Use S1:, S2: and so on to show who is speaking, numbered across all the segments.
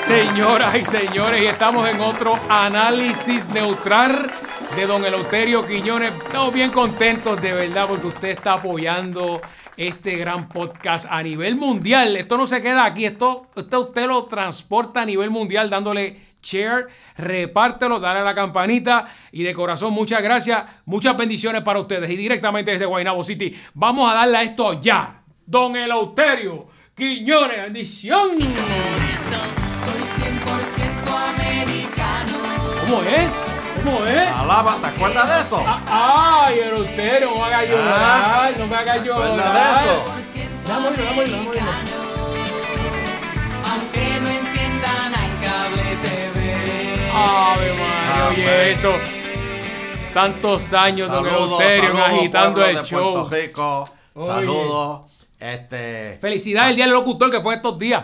S1: Señoras y señores, y estamos en otro análisis neutral de don Eleuterio Quiñones. Estamos bien contentos de verdad porque usted está apoyando este gran podcast a nivel mundial. Esto no se queda aquí, esto, esto usted lo transporta a nivel mundial dándole share, repártelo, dale a la campanita y de corazón muchas gracias, muchas bendiciones para ustedes y directamente desde Guaynabo City. Vamos a darle a esto ya. Don Eleuterio Quiñones, bendición.
S2: Soy 100% americano.
S1: ¿Cómo es? ¿Cómo es?
S3: Alaba, ¿te acuerdas de eso?
S1: Ah, Ay, Eleuterio, no me
S3: Ah.
S1: haga llorar, no me
S3: Pues
S1: haga llorar.
S3: ¿Verdad de eso?
S2: 100%
S1: Dámelo, dámelo, dámelo.
S2: americano. Aunque no entiendan, hay cable TV.
S1: Ave María, oye
S3: Amén.
S1: eso. Tantos años, don
S3: Saludos,
S1: Eleuterio,
S3: saludos,
S1: agitando
S3: pueblo
S1: el
S3: de
S1: show.
S3: Puerto Rico.
S1: Oye.
S3: Saludos. Este,
S1: Felicidades el día del locutor que fue estos días.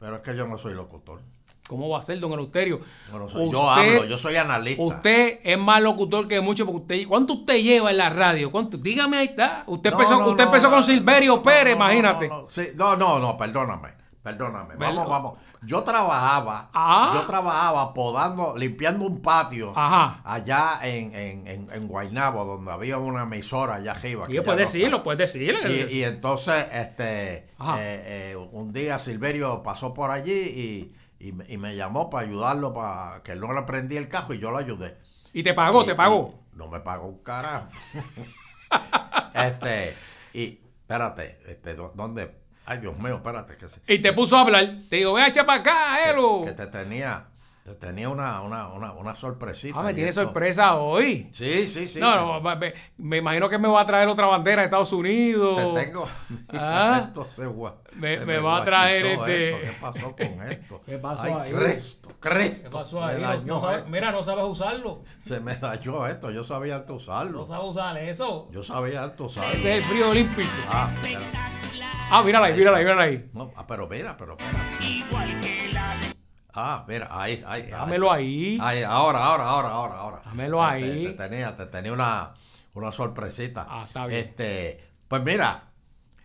S3: pero es que yo no soy locutor.
S1: ¿Cómo va a ser, don Eleuterio?
S3: Bueno, soy- yo hablo, yo soy analista.
S1: Usted es más locutor que mucho porque usted. ¿Cuánto usted lleva en la radio? ¿Cuánto? Dígame ahí está. Usted
S3: No,
S1: empezó,
S3: no,
S1: usted
S3: no,
S1: empezó
S3: no,
S1: con
S3: no,
S1: Silverio
S3: no,
S1: Pérez,
S3: no, no,
S1: imagínate.
S3: No no, sí, no, no, no, perdóname. Perdóname.
S1: Perdón.
S3: Vamos, vamos. Yo trabajaba,
S1: Ah.
S3: yo trabajaba podando, limpiando un patio
S1: Ajá.
S3: allá en, en, en, en Guaynabo, donde había una emisora allá arriba.
S1: Sí,
S3: que ya
S1: puedes
S3: no-
S1: decirlo, puedes decirlo.
S3: Y, y entonces, este,
S1: Ajá.
S3: eh, eh, un día Silverio pasó por allí y, y me- y me llamó para ayudarlo, para que él no le prendí el cajo y yo lo ayudé.
S1: Y te pagó,
S3: Y-
S1: te pagó.
S3: y no me pagó un carajo. este, y, espérate, este, ¿dó- ¿dónde? Ay, Dios mío, espérate, que, se-
S1: Y te puso a hablar. Te digo, ven a echar para acá, Elo. Ah,
S3: que te tenía, te tenía una, una, una, una sorpresita.
S1: Ah, me
S3: y
S1: tiene
S3: esto-
S1: sorpresa hoy.
S3: Sí, sí, sí.
S1: no, no, me, me- me imagino que me va a traer otra bandera de Estados Unidos.
S3: Te tengo.
S1: Ah.
S3: Esto se gua-
S1: Me-
S3: se
S1: me va a traer
S3: guachichó
S1: este-
S3: esto. ¿Qué pasó con esto?
S1: ¿Qué pasó
S3: Ay,
S1: ahí?
S3: Cristo, Cristo.
S1: ¿Qué pasó ahí?
S3: Me
S1: No-
S3: dañó eh.
S1: no sabes-
S3: esto.
S1: mira, no sabes usarlo.
S3: Se me dañó esto. Yo sabía antes usarlo.
S1: No sabes usar eso.
S3: Yo sabía antes usarlo.
S1: Ese es el frío olímpico.
S3: Ah, espera.
S1: Ah, mírala ahí, mírala ahí, mírala ahí.
S3: No, ah, pero mira, pero Igual que la Ah, mira, ahí, ahí. ahí.
S1: Dámelo ahí.
S3: Ahí, ahora, ahora, ahora, ahora, ahora.
S1: Dámelo
S3: Te-
S1: ahí.
S3: Te, te tenía, te tenía una, una sorpresita.
S1: Ah, está bien.
S3: Este, pues mira,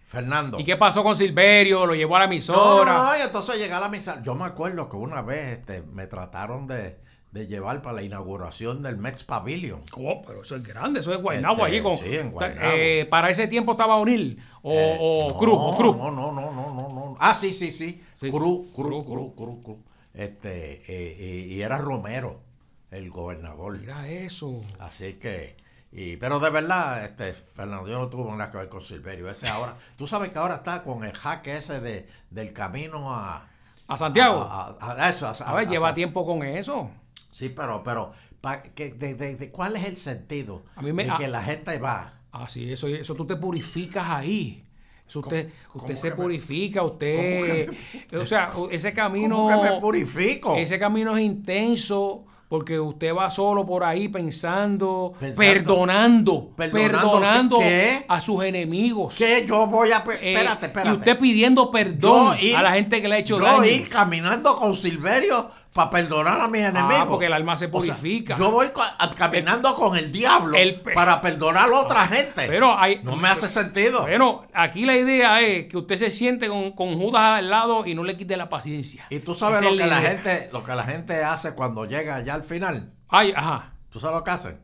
S3: Fernando.
S1: ¿Y qué pasó con Silverio? Lo llevó a la
S3: No,
S1: emisora.
S3: no, no, y entonces llegué a la misa. Yo me acuerdo que una vez este, me trataron de, de llevar para la inauguración del Mex Pavilion.
S1: Oh, pero eso es grande, eso es Guaynabo
S3: Este,
S1: allí. Con,
S3: sí, en Guaynabo.
S1: eh, para ese tiempo estaba O'Neill o,
S3: Eh,
S1: o
S3: no,
S1: Cruz. o Cruz.
S3: No, no, no, no, no, no. Ah, sí, sí, sí.
S1: oh, Sí.
S3: Cruz, Cruz,
S1: Cruz,
S3: Cruz, Cruz, Cruz. Este, eh, eh, y era Romero, el gobernador.
S1: Mira eso.
S3: Así que, y, pero de verdad, este, Fernando, yo no tuve nada que ver con Silverio. Ese ahora, tú sabes que ahora está con el hack ese de, del camino a...
S1: A Santiago. A,
S3: A, a- a eso, a,
S1: ver,
S3: a-
S1: lleva
S3: a-
S1: tiempo con eso.
S3: Sí, pero, pero, pa- que, de, de- de- ¿cuál es el sentido
S1: A mí me-
S3: de
S1: a-
S3: que la gente va?
S1: Así, Ah, eso, eso tú te purificas ahí. Eso usted
S3: ¿Cómo-
S1: usted
S3: cómo
S1: se
S3: que me-
S1: purifica, usted. o sea, ese camino.
S3: ¿Cómo que me purifico?
S1: Ese camino es intenso porque usted va solo por ahí pensando,
S3: Pensando.
S1: perdonando, perdonando,
S3: ¿Perdonando qué?
S1: a sus enemigos.
S3: ¿Qué yo voy a... pe-
S1: Eh,
S3: espérate, espérate.
S1: Y usted pidiendo perdón
S3: Yo ir-
S1: a la gente que le ha hecho
S3: yo
S1: daño.
S3: ir caminando con Silverio para perdonar a mis enemigos.
S1: Ah, porque el alma se
S3: O sea,
S1: purifica. Eh,
S3: yo voy co- a- caminando con el diablo
S1: el pe-
S3: para perdonar a otra gente.
S1: pero hay-
S3: no me hace sentido.
S1: Bueno, aquí la idea es que usted se siente con, con Judas al lado y no le quite la paciencia.
S3: y tú sabes
S1: Esa
S3: lo
S1: es
S3: que la
S1: idea.
S3: gente, lo que la gente hace cuando llega allá al final.
S1: Ay, ajá.
S3: ¿Tú sabes lo que hacen?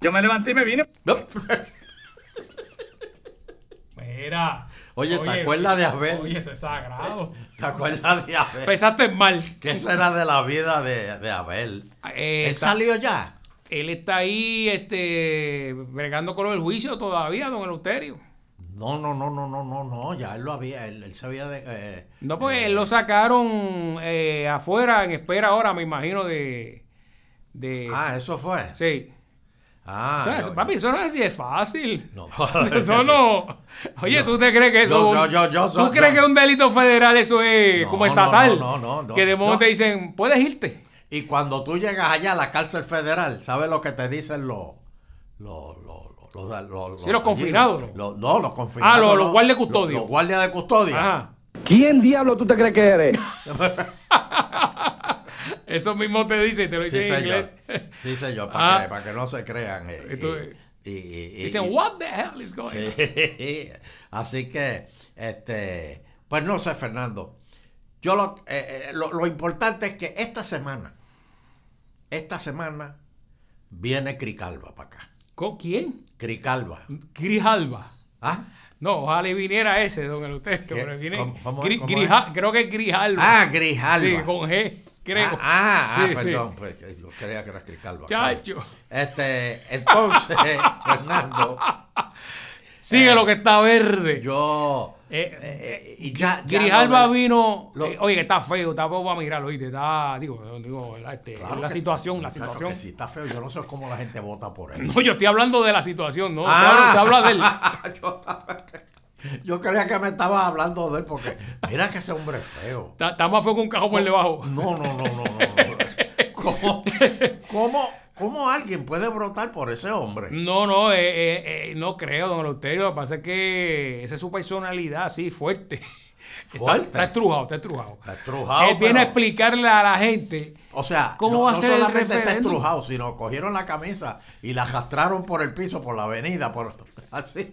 S4: Yo me levanté y me vine.
S1: Mira.
S3: Oye, ¿te acuerdas de Abel? Eh,
S1: Oye, eso es sagrado.
S3: ¿Te acuerdas de Abel?
S1: Empezaste mal.
S3: ¿Qué será de la vida de, de Abel?
S1: Eh,
S3: Él
S1: está-
S3: salió ya.
S1: Él está ahí este, bregando con el juicio todavía, don Eleuterio.
S3: No, no, no, no, no, no, no. Ya él lo había, él, él se había de, eh,
S1: No, pues
S3: eh,
S1: él lo sacaron eh, afuera, en espera ahora, me imagino, de... de
S3: Ah, eso fue.
S1: sí.
S3: Ah,
S1: O sea,
S3: yo-
S1: eso- papi, eso no es así de fácil.
S3: No.
S1: Eso no. Oye, ¿tú te crees que eso...
S3: Yo- yo- yo- yo-
S1: ¿Tú
S3: yo-
S1: crees
S3: yo-
S1: que es un delito federal eso es
S3: No,
S1: como
S3: no,
S1: estatal?
S3: no, no, no,
S1: Que de momento
S3: no.
S1: te dicen, puedes irte.
S3: Y cuando tú llegas allá a la cárcel federal, ¿sabes lo que te dicen los... Los, los, los, los,
S1: Sí, los confinados,
S3: allí,
S1: ¿no?
S3: los- no, los confinados.
S1: Ah, los- los
S3: no.
S1: guardias de custodia.
S3: Los, los guardias de custodia.
S1: Ajá.
S4: ¿Quién diablo tú te crees que eres?
S1: Eso mismo te dicen, te lo
S3: Sí,
S1: dicen en inglés.
S3: señor. Eh, Sí, señor, para,
S1: Ah.
S3: que, para que no se crean. eh, y-
S1: Entonces,
S3: y, y- y-
S1: Dicen,
S3: y-
S1: what the hell is going on?
S3: Sí. Así que, este, pues no sé, Fernando. Yo lo, eh, eh, lo, lo importante es que esta semana, esta semana, viene Cricalva para acá.
S1: ¿Con quién?
S3: Cricalva.
S1: Grijalba.
S3: ¿Ah?
S1: No, ojalá y viniera ese, don Eleuterio.
S3: ¿Qué?
S1: Pero viene
S3: ¿Cómo- cómo-
S1: Gri-
S3: cómo
S1: Grija- Creo que es Grijalba.
S3: Ah, Grijalva.
S1: Sí, con G, creo.
S3: Ah, ah, ah,
S1: Sí, sí.
S3: perdón, pues, que lo creía que era Cricalva.
S1: Chacho.
S3: Este, entonces, Fernando,
S1: Sigue lo que está verde.
S3: Eh, yo.
S1: Eh,
S3: eh, y ya, ya
S1: Grijalba
S3: lo de-
S1: vino.
S3: lo-
S1: eh, oye, que está feo, está feo para mirarlo, oíste. Está, digo, digo la, este,
S3: Claro
S1: la
S3: que-
S1: situación, la
S3: muchacho,
S1: situación.
S3: que si está feo, yo no sé cómo la gente vota por él.
S1: No, yo estoy hablando de la situación, no.
S3: Ah.
S1: Te hablo- te hablo de él.
S3: yo, estaba- yo creía que me estaba hablando de él porque mira que ese hombre es feo.
S1: Está, está más feo que un cajón por debajo.
S3: No, no, no, no, no. no. ¿Cómo, cómo, cómo alguien puede brotar por ese hombre?
S1: No, no, eh, eh, eh, no creo, don Eleuterio. Lo que pasa es que esa es su personalidad, sí, fuerte. Está-
S3: Fuerte.
S1: Está, estrujado, está estrujado.
S3: Está estrujado,
S1: Él viene a
S3: pero-
S1: explicarle a la gente.
S3: O sea,
S1: ¿Cómo
S3: no,
S1: va a
S3: no
S1: ser el
S3: solamente está
S1: referéndum?
S3: estrujado, sino cogieron la camisa y la arrastraron por el piso, por la avenida, por así.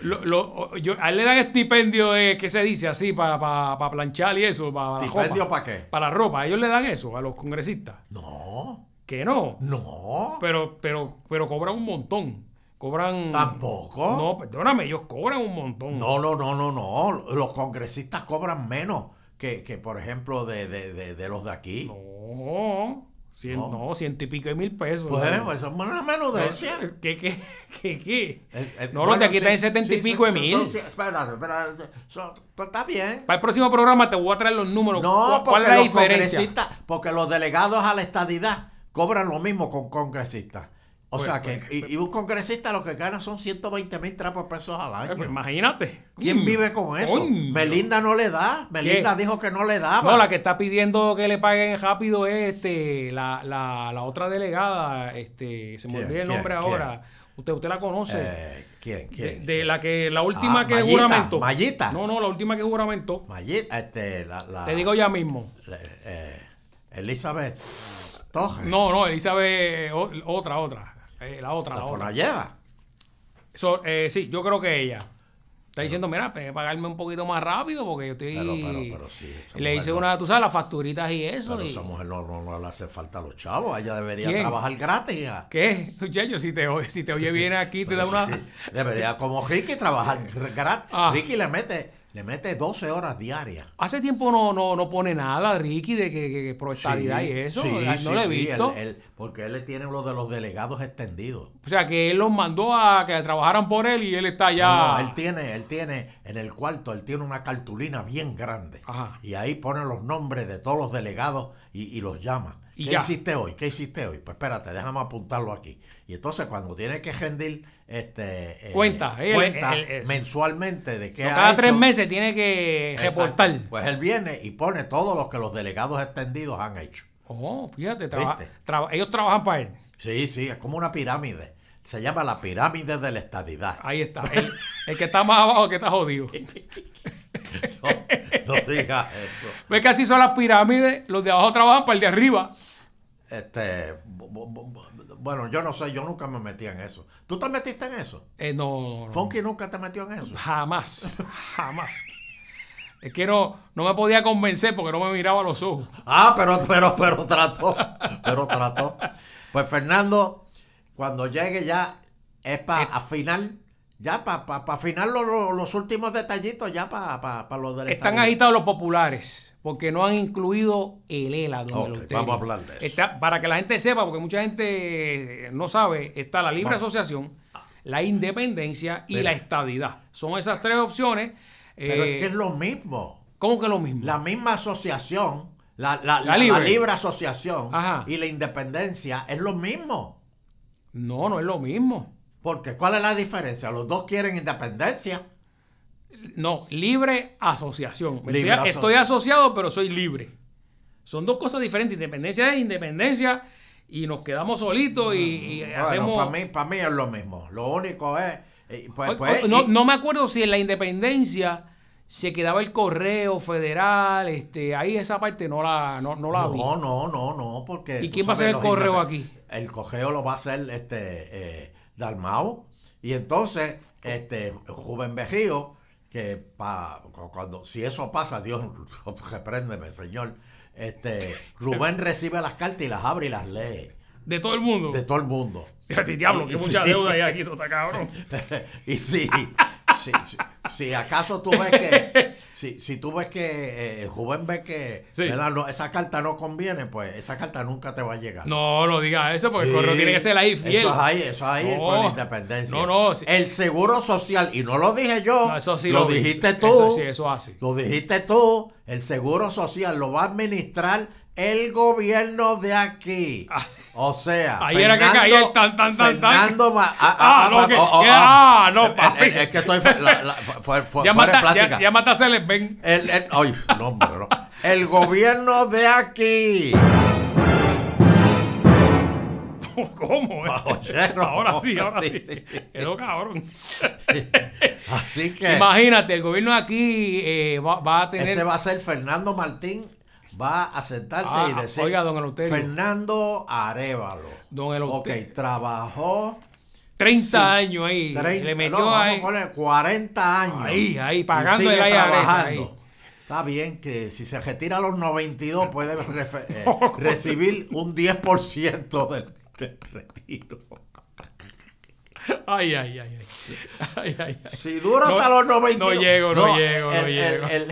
S1: Lo, lo- yo- a él le dan estipendio de, ¿qué se dice así? Para, para, para planchar y eso. Para, para la
S3: ¿Estipendio
S1: ropa.
S3: para qué?
S1: Para la ropa. A ellos le dan eso, a los congresistas.
S3: No,
S1: Que no.
S3: no,
S1: Pero, pero, pero cobran un montón. Cobran.
S3: tampoco.
S1: No, perdóname, ellos cobran un montón.
S3: No, no, no, no, no. Los congresistas cobran menos que, que por ejemplo, de, de- de- de los de aquí.
S1: No. Cien, no.
S3: No.
S1: ciento y pico de mil pesos.
S3: Pues
S1: No.
S3: pues, son más- menos de 100.
S1: ¿Qué, qué, qué, qué?
S3: Eh, eh,
S1: no,
S3: bueno,
S1: los de aquí
S3: sí,
S1: están en setenta y
S3: sí,
S1: pico
S3: son-
S1: de
S3: son-
S1: mil.
S3: son- espera, espera. son- pues, está bien.
S1: Para el próximo programa te voy a traer los números.
S3: No,
S1: ¿Cuál- ¿Cuál
S3: porque
S1: es la
S3: los
S1: diferencia?
S3: congresistas, porque los delegados a la estadidad cobran lo mismo con congresistas. O
S1: Pues,
S3: sea que,
S1: pues,
S3: y, y un congresista lo que gana son 120 mil trapos pesos al
S1: Eh, pues,
S3: año.
S1: imagínate.
S3: ¿Quién
S1: Mm.
S3: vive con eso?
S1: Coño.
S3: Melinda no le da. Melinda
S1: ¿Qué?
S3: dijo que no le daba.
S1: No, la que está pidiendo que le paguen rápido es este, la, la, la otra delegada. Este, se me
S3: ¿Quién?
S1: olvidó el
S3: ¿Quién?
S1: nombre
S3: ¿Quién?
S1: ahora. Usted, usted la conoce.
S3: Eh,
S1: de,
S3: ¿Quién? ¿Quién?
S1: de la que la última
S3: Ah,
S1: que
S3: Mayita,
S1: juramento.
S3: Mayita.
S1: No, no, la última que juramento.
S3: Mayita, este, la, la-
S1: Te digo ya mismo.
S3: la- eh, Elizabeth Torres.
S1: No, no, Elizabeth, o- otra, otra. Eh, la otra,
S3: La
S1: la, otra.
S3: Fonalleda.
S1: So- eh, sí, yo creo que ella. Está diciendo, mira, pe- pagarme un poquito más rápido porque yo estoy.
S3: Pero, pero, pero sí, esa
S1: le
S3: mujer
S1: hice
S3: no-
S1: una, tú sabes, las facturitas y eso.
S3: Pero
S1: y-
S3: esa mujer no, no- no le hace falta a los chavos. Ella debería
S1: ¿Quién?
S3: trabajar gratis. ah.
S1: ¿Qué? Muchacho, si te, oye- si te oye bien aquí, te da
S3: Pero
S1: una.
S3: sí, debería como Ricky trabajar gratis.
S1: Ah.
S3: Ricky le mete, le mete 12 horas diarias.
S1: Hace tiempo no, no, no pone nada, Ricky, de que, que, que pro estadidad
S3: Sí,
S1: y eso.
S3: sí,
S1: no
S3: sí,
S1: lo he
S3: sí,
S1: visto.
S3: él- él- porque él le tiene lo de los delegados extendidos.
S1: O sea, que él los mandó a que trabajaran por él y él está ya.
S3: No, no, él tiene, él tiene en el cuarto, él tiene una cartulina bien grande.
S1: Ajá.
S3: Y ahí pone los nombres de todos los delegados y, y los llama.
S1: Y
S3: ¿Qué
S1: ya.
S3: hiciste hoy? ¿Qué hiciste hoy? Pues espérate, déjame apuntarlo aquí. Y entonces cuando tiene que rendir este eh,
S1: Cuenta, él-
S3: cuenta
S1: él- él-
S3: mensualmente de qué ha
S1: cada tres
S3: hecho.
S1: meses tiene que
S3: Exacto.
S1: reportar.
S3: Pues él viene y pone todos los que los delegados extendidos han hecho.
S1: Oh, fíjate, traba-
S3: ¿Viste?
S1: traba- ellos trabajan para él.
S3: Sí, sí, es como una pirámide. Se llama la pirámide de la estadidad.
S1: Ahí está. El, el que está más abajo que está jodido.
S3: No, no digas eso.
S1: ¿Ves que así son las pirámides? Los de abajo trabajan para el de arriba.
S3: Este, bu- bu- bu- bu- bueno, yo no sé, yo nunca me metí en eso. ¿Tú te metiste en eso?
S1: Eh, no, no, no.
S3: Funky nunca te metió en eso.
S1: Jamás. Jamás. Es que no, no me podía convencer porque no me miraba a los ojos.
S3: Ah, pero, pero, pero trató, pero trató. Pues Fernando, cuando llegue ya es
S1: Eh.
S3: para afinar, ya para afinar lo- lo- los últimos detallitos, ya para los del
S1: Están
S3: estadio.
S1: agitados los populares porque no han incluido el ELA, don
S3: Ok,
S1: Eleuterio.
S3: vamos a hablar de eso.
S1: Está- para que la gente sepa, porque mucha gente eh, no sabe, está la libre asociación, la independencia y
S3: Mira.
S1: la estadidad. Son esas tres opciones.
S3: Pero
S1: eh,
S3: es que es lo mismo.
S1: ¿Cómo que lo mismo?
S3: La misma asociación, la,
S1: La
S3: la, la- la
S1: libre.
S3: libre. asociación
S1: Ajá.
S3: y la independencia es lo mismo.
S1: No, no es lo mismo.
S3: Porque ¿cuál es la diferencia? Los dos quieren independencia.
S1: No, libre asociación. Me
S3: Libre
S1: estoy,
S3: aso-
S1: estoy asociado, pero soy libre. Son dos cosas diferentes. Independencia es independencia y nos quedamos solitos y, y Eh, hacemos...
S3: para Mm, mí, para mí es lo mismo. Lo único es... eh, pues-
S1: Oye,
S3: pues,
S1: oye, no,
S3: y-
S1: no me acuerdo si en la independencia se quedaba el correo federal, este, ahí esa parte no la, no, no la vi.
S3: No, no, no, no, porque...
S1: ¿Y
S3: tú
S1: quién va a hacer el
S3: sabes, los
S1: correo
S3: independ-
S1: aquí?
S3: El correo lo va a hacer este eh, Dalmao. Y entonces, este Rubén Bejío, que pa- cu- cuando si eso pasa, Dios, repréndeme, Señor. Este, Rubén recibe las cartas y las abre y las lee
S1: De todo el mundo.
S3: de todo el mundo.
S1: Fíjate, diablo, que
S3: Sí.
S1: mucha deuda hay aquí, tú estás cabrón.
S3: y si, si, si- si acaso tú ves que si, si tú ves que eh, Rubén ve que
S1: Sí.
S3: ¿verdad? No, esa carta no conviene, pues esa carta nunca te va a llegar.
S1: No, no digas eso, porque el
S3: Sí.
S1: correo tiene que ser ahí fiel.
S3: Eso es ahí, eso es ahí
S1: No.
S3: con la independencia.
S1: No, no, sí.
S3: El seguro social, y no lo dije yo,
S1: No, eso sí
S3: lo,
S1: lo vi.
S3: dijiste tú.
S1: Eso sí, eso así.
S3: Lo dijiste tú, el seguro social lo va a administrar el gobierno de aquí.
S1: Ah.
S3: O sea,
S1: Ahí era que caía el tan, tan, tan, tan.
S3: Fernando va-
S1: Ah, no,
S3: va-
S1: que-
S3: oh, oh,
S1: que-
S3: oh.
S1: ah, no,
S3: Eh, eh,
S1: papi.
S3: Es que estoy fu- la- la- fu- fu- fu-
S1: Ya
S3: fuera de
S1: mata,
S3: plática.
S1: ya, ya mata a Celes, ven.
S3: El, el- ay, no, hombre, no. El gobierno de aquí.
S1: ¿Cómo? eh?
S3: Oye, no.
S1: ahora sí, ahora sí.
S3: Sí, sí.
S1: Quedó cabrón.
S3: Así que
S1: Imagínate, el gobierno de aquí eh, va, va a tener.
S3: ese va a ser Fernando Martín. Va a sentarse
S1: Ah,
S3: y decir:
S1: oiga, don Eleuterio.
S3: Fernando Arevalo.
S1: Don
S3: ok,
S1: Eleuterio.
S3: trabajó
S1: 30
S3: Sí.
S1: años ahí.
S3: 30,
S1: le metió
S3: no, vamos
S1: ahí.
S3: a poner 40 años.
S1: Ahí, ahí,
S3: Y
S1: pagando
S3: sigue
S1: el IRS
S3: trabajando.
S1: ahí.
S3: Está bien que si se retira a los 92 puede refe- eh, recibir un 10% del, del retiro.
S1: Ay, ay, ay. ay. Ay, ay, ay.
S3: Si dura hasta
S1: No,
S3: los 92.
S1: no llego, no llego, no
S3: el, el-
S1: llego.
S3: el-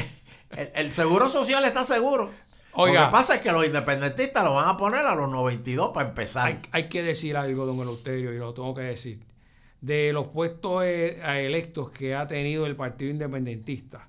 S3: el- el seguro social está seguro.
S1: Oiga.
S3: Lo que pasa es que los independentistas lo van a poner a los 92 para empezar.
S1: Hay, hay que decir algo, don Eleuterio, y lo tengo que decir. De los puestos eh, electos que ha tenido el Partido Independentista,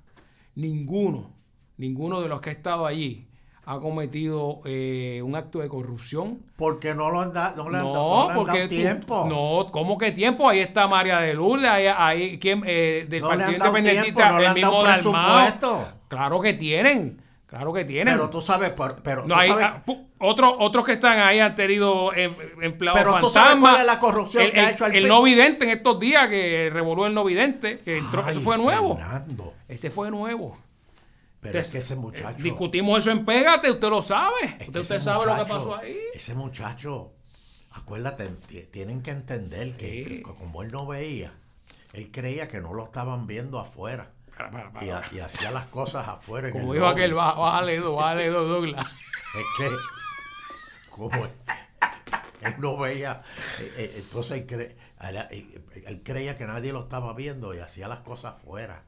S1: ninguno, ninguno de los que ha estado allí ha cometido eh, un acto de corrupción.
S3: porque no, lo han da- no le han, da-
S1: No,
S3: no le han
S1: porque
S3: dado
S1: tú-
S3: tiempo.
S1: no, ¿cómo que tiempo? Ahí está María de Lourdes, ahí, ahí ¿quién, eh, del
S3: No le
S1: Partido
S3: han dado
S1: Independentista,
S3: tiempo, no le
S1: el
S3: han dado
S1: mismo Dalmao.
S3: presupuesto.
S1: Claro que tienen, claro que tienen.
S3: Pero tú sabes, por- pero,
S1: No,
S3: tú
S1: hay-
S3: sabes-
S1: ah, pu- otros, otros que están ahí han tenido em- empleados
S3: Pero tú sabes
S1: fantasma.
S3: cuál es la corrupción
S1: el,
S3: que ha
S1: el-
S3: hecho al
S1: el
S3: PIB.
S1: no vidente en estos días que revolvió el no vidente, que entró,
S3: Ay,
S1: eso fue nuevo.
S3: Fernando,
S1: Ese fue nuevo.
S3: pero es
S1: Entonces,
S3: que ese
S1: eh,
S3: muchacho.
S1: discutimos eso en Pégate, usted lo sabe.
S3: es que
S1: usted
S3: ese
S1: usted sabe lo que
S3: muchacho-
S1: pasó ahí.
S3: Ese muchacho, acuérdate, ti- tienen que entender que,
S1: Sí.
S3: que como él no veía, él creía que no lo estaban viendo afuera.
S1: Para, para, para.
S3: Y, ha- y hacía las cosas afuera. en
S1: Como
S3: el
S1: dijo
S3: lobby.
S1: aquel, "Bá- bájale dos, bájale dos, Douglas.
S3: Es que, como él, él no veía, eh, eh, entonces él, cre- era- eh, él creía que nadie lo estaba viendo y hacía las cosas afuera,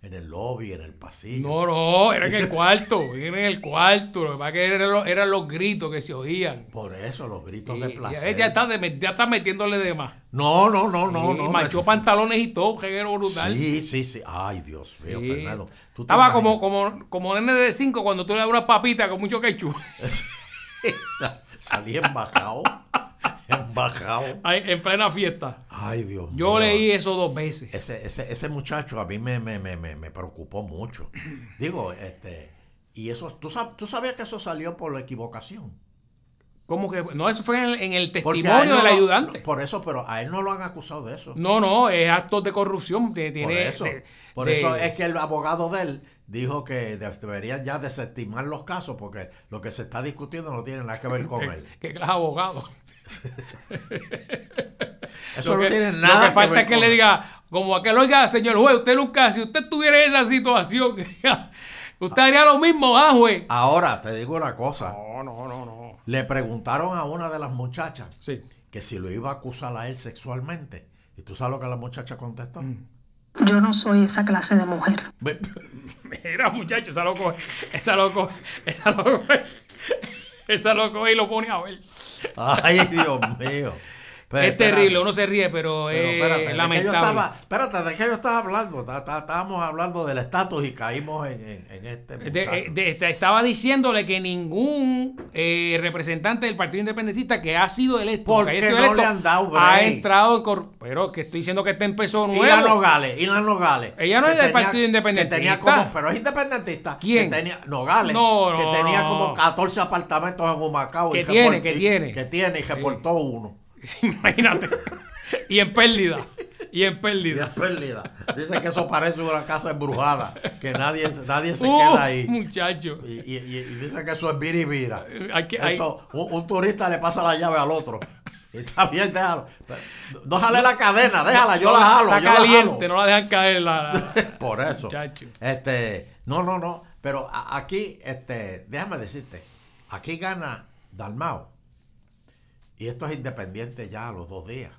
S3: en el lobby, en el pasillo.
S1: No, no, era en el cuarto, era en el cuarto. Lo que pasa es que eran los, eran los gritos que se oían.
S3: Por eso los gritos
S1: Y-
S3: de
S1: y
S3: placer.
S1: ella está, de- ya está metiéndole de más.
S3: No, no, no, no,
S1: Sí,
S3: no.
S1: manchó
S3: me-
S1: pantalones y todo, un reguero brutal.
S3: Sí, sí, sí. Ay, Dios mío,
S1: Sí.
S3: Fernando. ¿Tú te
S1: Estaba
S3: imaginas?
S1: como, como, como nene de 5 cuando tú le das una papita con mucho ketchup.
S3: Sa- Salí embajado. Embajado.
S1: ahí, en plena fiesta.
S3: Ay, Dios
S1: Yo
S3: mío.
S1: leí eso dos veces.
S3: Ese, ese, ese muchacho a mí me, me, me, me, me preocupó mucho. Digo, este. Y eso, ¿tú, sab- tú sabías que eso salió por la equivocación.
S1: ¿Cómo que? No, eso fue en el, en el
S3: Porque a él
S1: testimonio
S3: no
S1: del
S3: lo-
S1: ayudante.
S3: Por eso, pero a él no lo han acusado de eso.
S1: No, no, es actos de corrupción. de-
S3: Por
S1: tiene,
S3: eso,
S1: de-
S3: por
S1: de-
S3: eso es que el abogado de él dijo que de- deberían ya desestimar los casos porque lo que se está discutiendo no tiene nada que ver con él.
S1: Que, que es abogado.
S3: Eso
S1: Lo
S3: no
S1: que-
S3: tiene
S1: Lo
S3: nada
S1: que falta
S3: ver
S1: es que
S3: con
S1: le
S3: él.
S1: diga, como aquel, oiga, señor juez, usted nunca, si usted tuviera esa situación, usted haría lo mismo, ah, juez.
S3: Ahora, te digo una cosa.
S1: No, no, no, no.
S3: Le preguntaron a una de las muchachas
S1: Sí.
S3: que si lo iba a acusar a él sexualmente. ¿Y tú sabes lo que la muchacha contestó?
S1: Mm.
S5: Yo no soy esa clase de mujer.
S3: Ve-
S1: Mira, muchacho, esa loco, esa loco, esa loco, esa loco y lo pone a ver.
S3: Ay, Dios mío. Pero
S1: es terrible,
S3: espérate,
S1: uno se ríe, pero,
S3: pero
S1: es
S3: espérate, de que yo
S1: lamentable.
S3: estaba- espérate, ¿de qué yo estaba hablando? Ta- ta- Estábamos hablando del estatus y caímos en, en- en este
S1: De- eh,
S3: muchacho.
S1: de- de- estaba diciéndole que ningún eh, representante del Partido Independentista que ha sido electo,
S3: Porque
S1: que haya sido
S3: no le
S1: electo,
S3: han dado break.
S1: ha entrado en cor- pero que estoy diciendo que este empezó nuevo.
S3: Ilan Nogales, Ilan Nogales.
S1: Ella no
S3: que
S1: es del
S3: tenía-
S1: Partido Independentista.
S3: Que tenía como, pero es independentista.
S1: ¿Quién?
S3: Que tenía, Nogales.
S1: No, no,
S3: que tenía
S1: no.
S3: como 14 apartamentos en Humacao. y
S1: Que tiene,
S3: report-
S1: que
S3: y-
S1: tiene.
S3: Que tiene y reportó uno.
S1: Imagínate. y en pérdida. Y en pérdida.
S3: Pérdida. Dice que eso parece una casa embrujada. Que nadie, nadie se
S1: Uh,
S3: queda ahí.
S1: Muchacho.
S3: Y, y- y- y dice que eso es viribira.
S1: Hay que- hay-
S3: Eso, un, un turista le pasa la llave al otro. Está bien, déjalo. No jale la cadena, déjala, yo la jalo.
S1: Está
S3: yo la
S1: caliente,
S3: jalo.
S1: no la dejan caer. la- la-
S3: Por eso.
S1: Muchacho.
S3: Este, no, no, no. Pero a- aquí, este, déjame decirte, aquí gana Dalmao. Y esto es independiente ya a los dos días.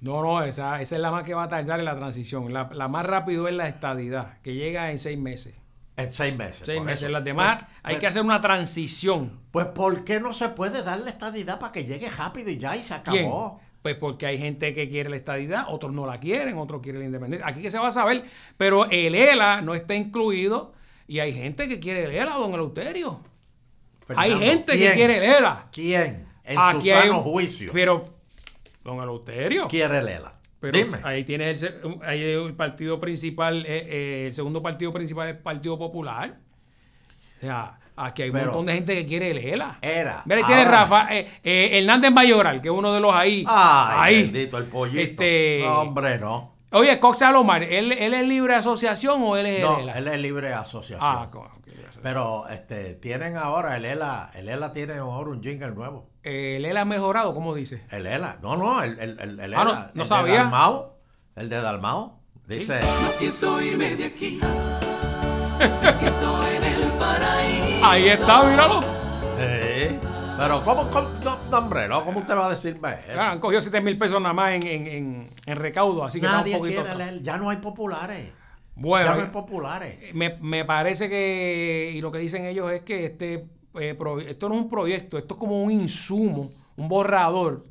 S1: No, no, esa, esa es la más que va a tardar en la transición. La, la más rápido es la estadidad, que llega en seis meses.
S3: En seis meses.
S1: Seis
S3: por
S1: meses.
S3: eso.
S1: Las demás
S3: Pues-
S1: hay
S3: pues-
S1: que hacer una transición.
S3: Pues, ¿por qué no se puede dar la estadidad para que llegue rápido y ya y se
S1: ¿Quién?
S3: acabó?
S1: Pues porque hay gente que quiere la estadidad, otros no la quieren, otros quieren la independencia. Aquí que se va a saber, pero el ELA no está incluido y hay gente que quiere el ELA, don Eleuterio. hay
S3: Fernando,
S1: gente
S3: ¿quién?
S1: que quiere el E ELA.
S3: ¿Quién? En
S1: Aquí
S3: su
S1: hay
S3: sano
S1: un-
S3: juicio.
S1: Pero, don Eleuterio.
S3: Quiere Lela.
S1: Pero
S3: Dime.
S1: ahí tiene el, se- ahí el partido principal, eh, eh, el segundo partido principal es el Partido Popular. O sea, aquí hay un
S3: Pero-
S1: montón de gente que quiere el ELA.
S3: Era,
S1: Mira, ahí tiene
S3: ahora-
S1: Rafa, eh, eh, Hernández Mayoral, que es uno de los ahí.
S3: Ay,
S1: ahí.
S3: bendito el pollito.
S1: Este,
S3: No, hombre, no.
S1: Oye, Cox Salomar, ¿él, él es libre de asociación o él es
S3: No,
S1: el ELA?
S3: él es libre de asociación.
S1: Ah, co- ok, gracias.
S3: Pero este, tienen ahora, el ELA, el ELA tiene ahora un jingle nuevo.
S1: el ELA Eh, ha mejorado, ¿cómo dice?
S3: El ELA, no, no, el, el, el, el
S1: Ah, no,
S3: ELA,
S1: no
S3: el
S1: sabía.
S3: De Dalmau, el de Dalmao. Dice,
S2: Pienso irme de aquí. Me siento en el paraíso.
S1: Ahí está, míralo.
S3: eh, pero ¿cómo, cómo- no, no, hombre, no, ¿cómo usted va a decirme eso?
S1: Ah, han cogido 7 mil pesos nada más en, en- en- en recaudo, así que está
S3: Nadie
S1: un poquito.
S3: quiere el ELA, ya no hay populares.
S1: Bueno, eh,
S3: ya no hay
S1: ya-
S3: populares.
S1: me, me parece que, y lo que dicen ellos es que este eh, pro- esto no es un proyecto, esto es como un insumo, un borrador.